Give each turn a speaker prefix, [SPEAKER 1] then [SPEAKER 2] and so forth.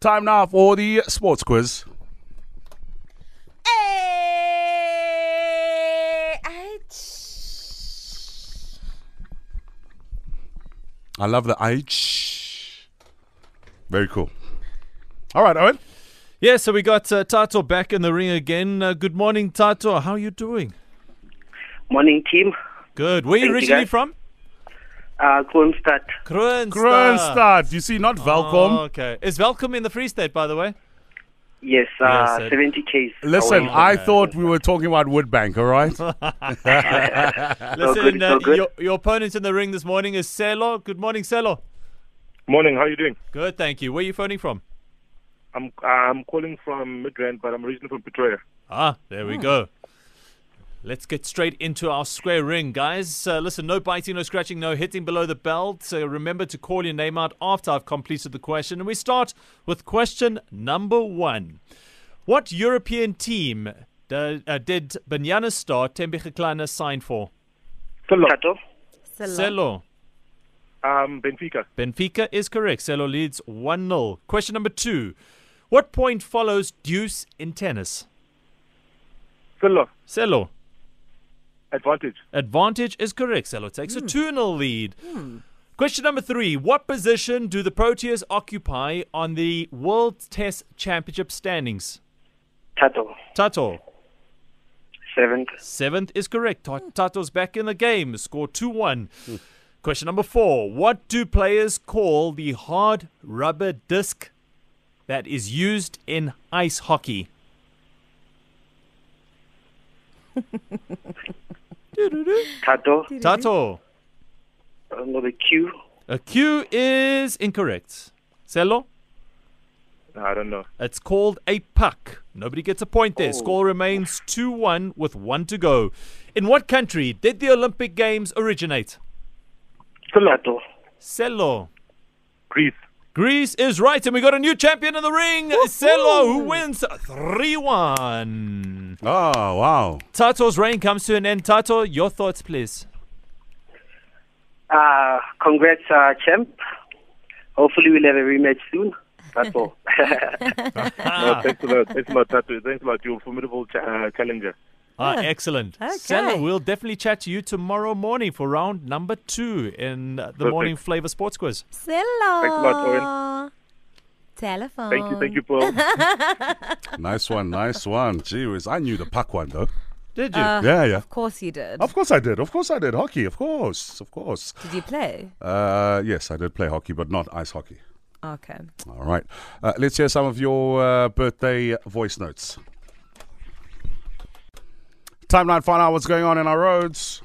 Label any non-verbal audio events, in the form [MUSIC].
[SPEAKER 1] Time now for the sports quiz.
[SPEAKER 2] Hey, I-
[SPEAKER 1] I love the H. Very cool. All right, Owen.
[SPEAKER 3] Yeah, so we got uh, Tato back in the ring again. Uh, good morning, Tato. How are you doing?
[SPEAKER 4] Morning, team.
[SPEAKER 3] Good. Where are you
[SPEAKER 4] Thank you,
[SPEAKER 3] originally
[SPEAKER 4] guys.
[SPEAKER 3] from?
[SPEAKER 4] Uh, Kronstadt.
[SPEAKER 3] Kronstadt.
[SPEAKER 1] Grönstad. You see, not Velkom.
[SPEAKER 3] Oh, okay. Is Welcome in the Free State, by the way?
[SPEAKER 4] Yes, uh,
[SPEAKER 3] Yes, it-
[SPEAKER 4] 70 Ks.
[SPEAKER 1] Listen,
[SPEAKER 4] away.
[SPEAKER 1] I thought we were talking about Woodbank, all right? Oh,
[SPEAKER 3] Listen, uh,
[SPEAKER 4] good, [LAUGHS] so good.
[SPEAKER 3] Your, your opponent in the ring this morning is Selo. Good morning, Selo.
[SPEAKER 5] Morning, how are you doing?
[SPEAKER 3] Good, thank you. Where are you phoning from?
[SPEAKER 5] I'm I'm calling from Midrand, but I'm originally from Pretoria.
[SPEAKER 3] Ah, there we go. Let's get straight into our square ring, guys. Uh, listen, no biting, no scratching, no hitting below the belt. So remember to call your name out after I've completed the question. And we start with question number one. What European team do, uh, did Banyana star Tembi Geklana sign for?
[SPEAKER 5] Hello.
[SPEAKER 4] Tato.
[SPEAKER 3] Celo.
[SPEAKER 5] Um, Benfica.
[SPEAKER 3] Benfica is correct. Celo leads 1 0. Question number two. What point follows deuce in tennis?
[SPEAKER 5] Hello.
[SPEAKER 3] Celo.
[SPEAKER 5] Advantage.
[SPEAKER 3] Advantage is correct. Salo takes a 2 0 lead. Question number three What position do the Proteas occupy on the World Test Championship standings?
[SPEAKER 4] Tato.
[SPEAKER 3] Tato.
[SPEAKER 4] Seventh.
[SPEAKER 3] Seventh is correct. Ta- Tato's back in the game. Score 2 1. Question number four What do players call the hard rubber disc that is used in ice hockey?
[SPEAKER 4] Tato.
[SPEAKER 3] Tato.
[SPEAKER 4] Uh, no, the Q.
[SPEAKER 3] A Q is incorrect. Selo.
[SPEAKER 5] I don't know.
[SPEAKER 3] It's called a puck. Nobody gets a point there. Score remains 2 1 with one to go. In what country did the Olympic Games originate?
[SPEAKER 5] Hello.
[SPEAKER 4] Tato.
[SPEAKER 3] Selo.
[SPEAKER 5] Greece.
[SPEAKER 3] Greece is right, and we got a new champion in the ring, Selo, who wins 3 1.
[SPEAKER 1] Oh, wow.
[SPEAKER 3] Tato's reign comes to an end. Tato, your thoughts, [LAUGHS] please.
[SPEAKER 4] Uh, congrats, uh, champ. Hopefully, we'll have a rematch soon.
[SPEAKER 1] [LAUGHS]
[SPEAKER 4] That's all.
[SPEAKER 3] Ah,
[SPEAKER 5] No, thanks a lot. Thanks a lot, Tato. Thanks a lot. You're a formidable cha- uh, challenger.
[SPEAKER 3] Ah,
[SPEAKER 6] Yeah.
[SPEAKER 3] excellent.
[SPEAKER 6] Okay.
[SPEAKER 3] Selo, we'll definitely chat to you tomorrow morning for round number two in the morning flavor sports quiz.
[SPEAKER 5] lot,
[SPEAKER 6] Hello. Telephone.
[SPEAKER 5] Thank you. Thank you, Paul.
[SPEAKER 1] Nice one, nice one. Gee whiz, I knew the puck one, though.
[SPEAKER 3] Did you?
[SPEAKER 1] yeah, yeah.
[SPEAKER 6] Uh, Of course you did.
[SPEAKER 1] Of course I did. Of course I did. Hockey, of course. Of course.
[SPEAKER 6] Did you play?
[SPEAKER 1] Uh, yes, I did play hockey, but not ice hockey.
[SPEAKER 6] Okay.
[SPEAKER 1] All right. Uh, let's hear some of your uh, birthday voice notes. Time now to find out what's going on in our roads.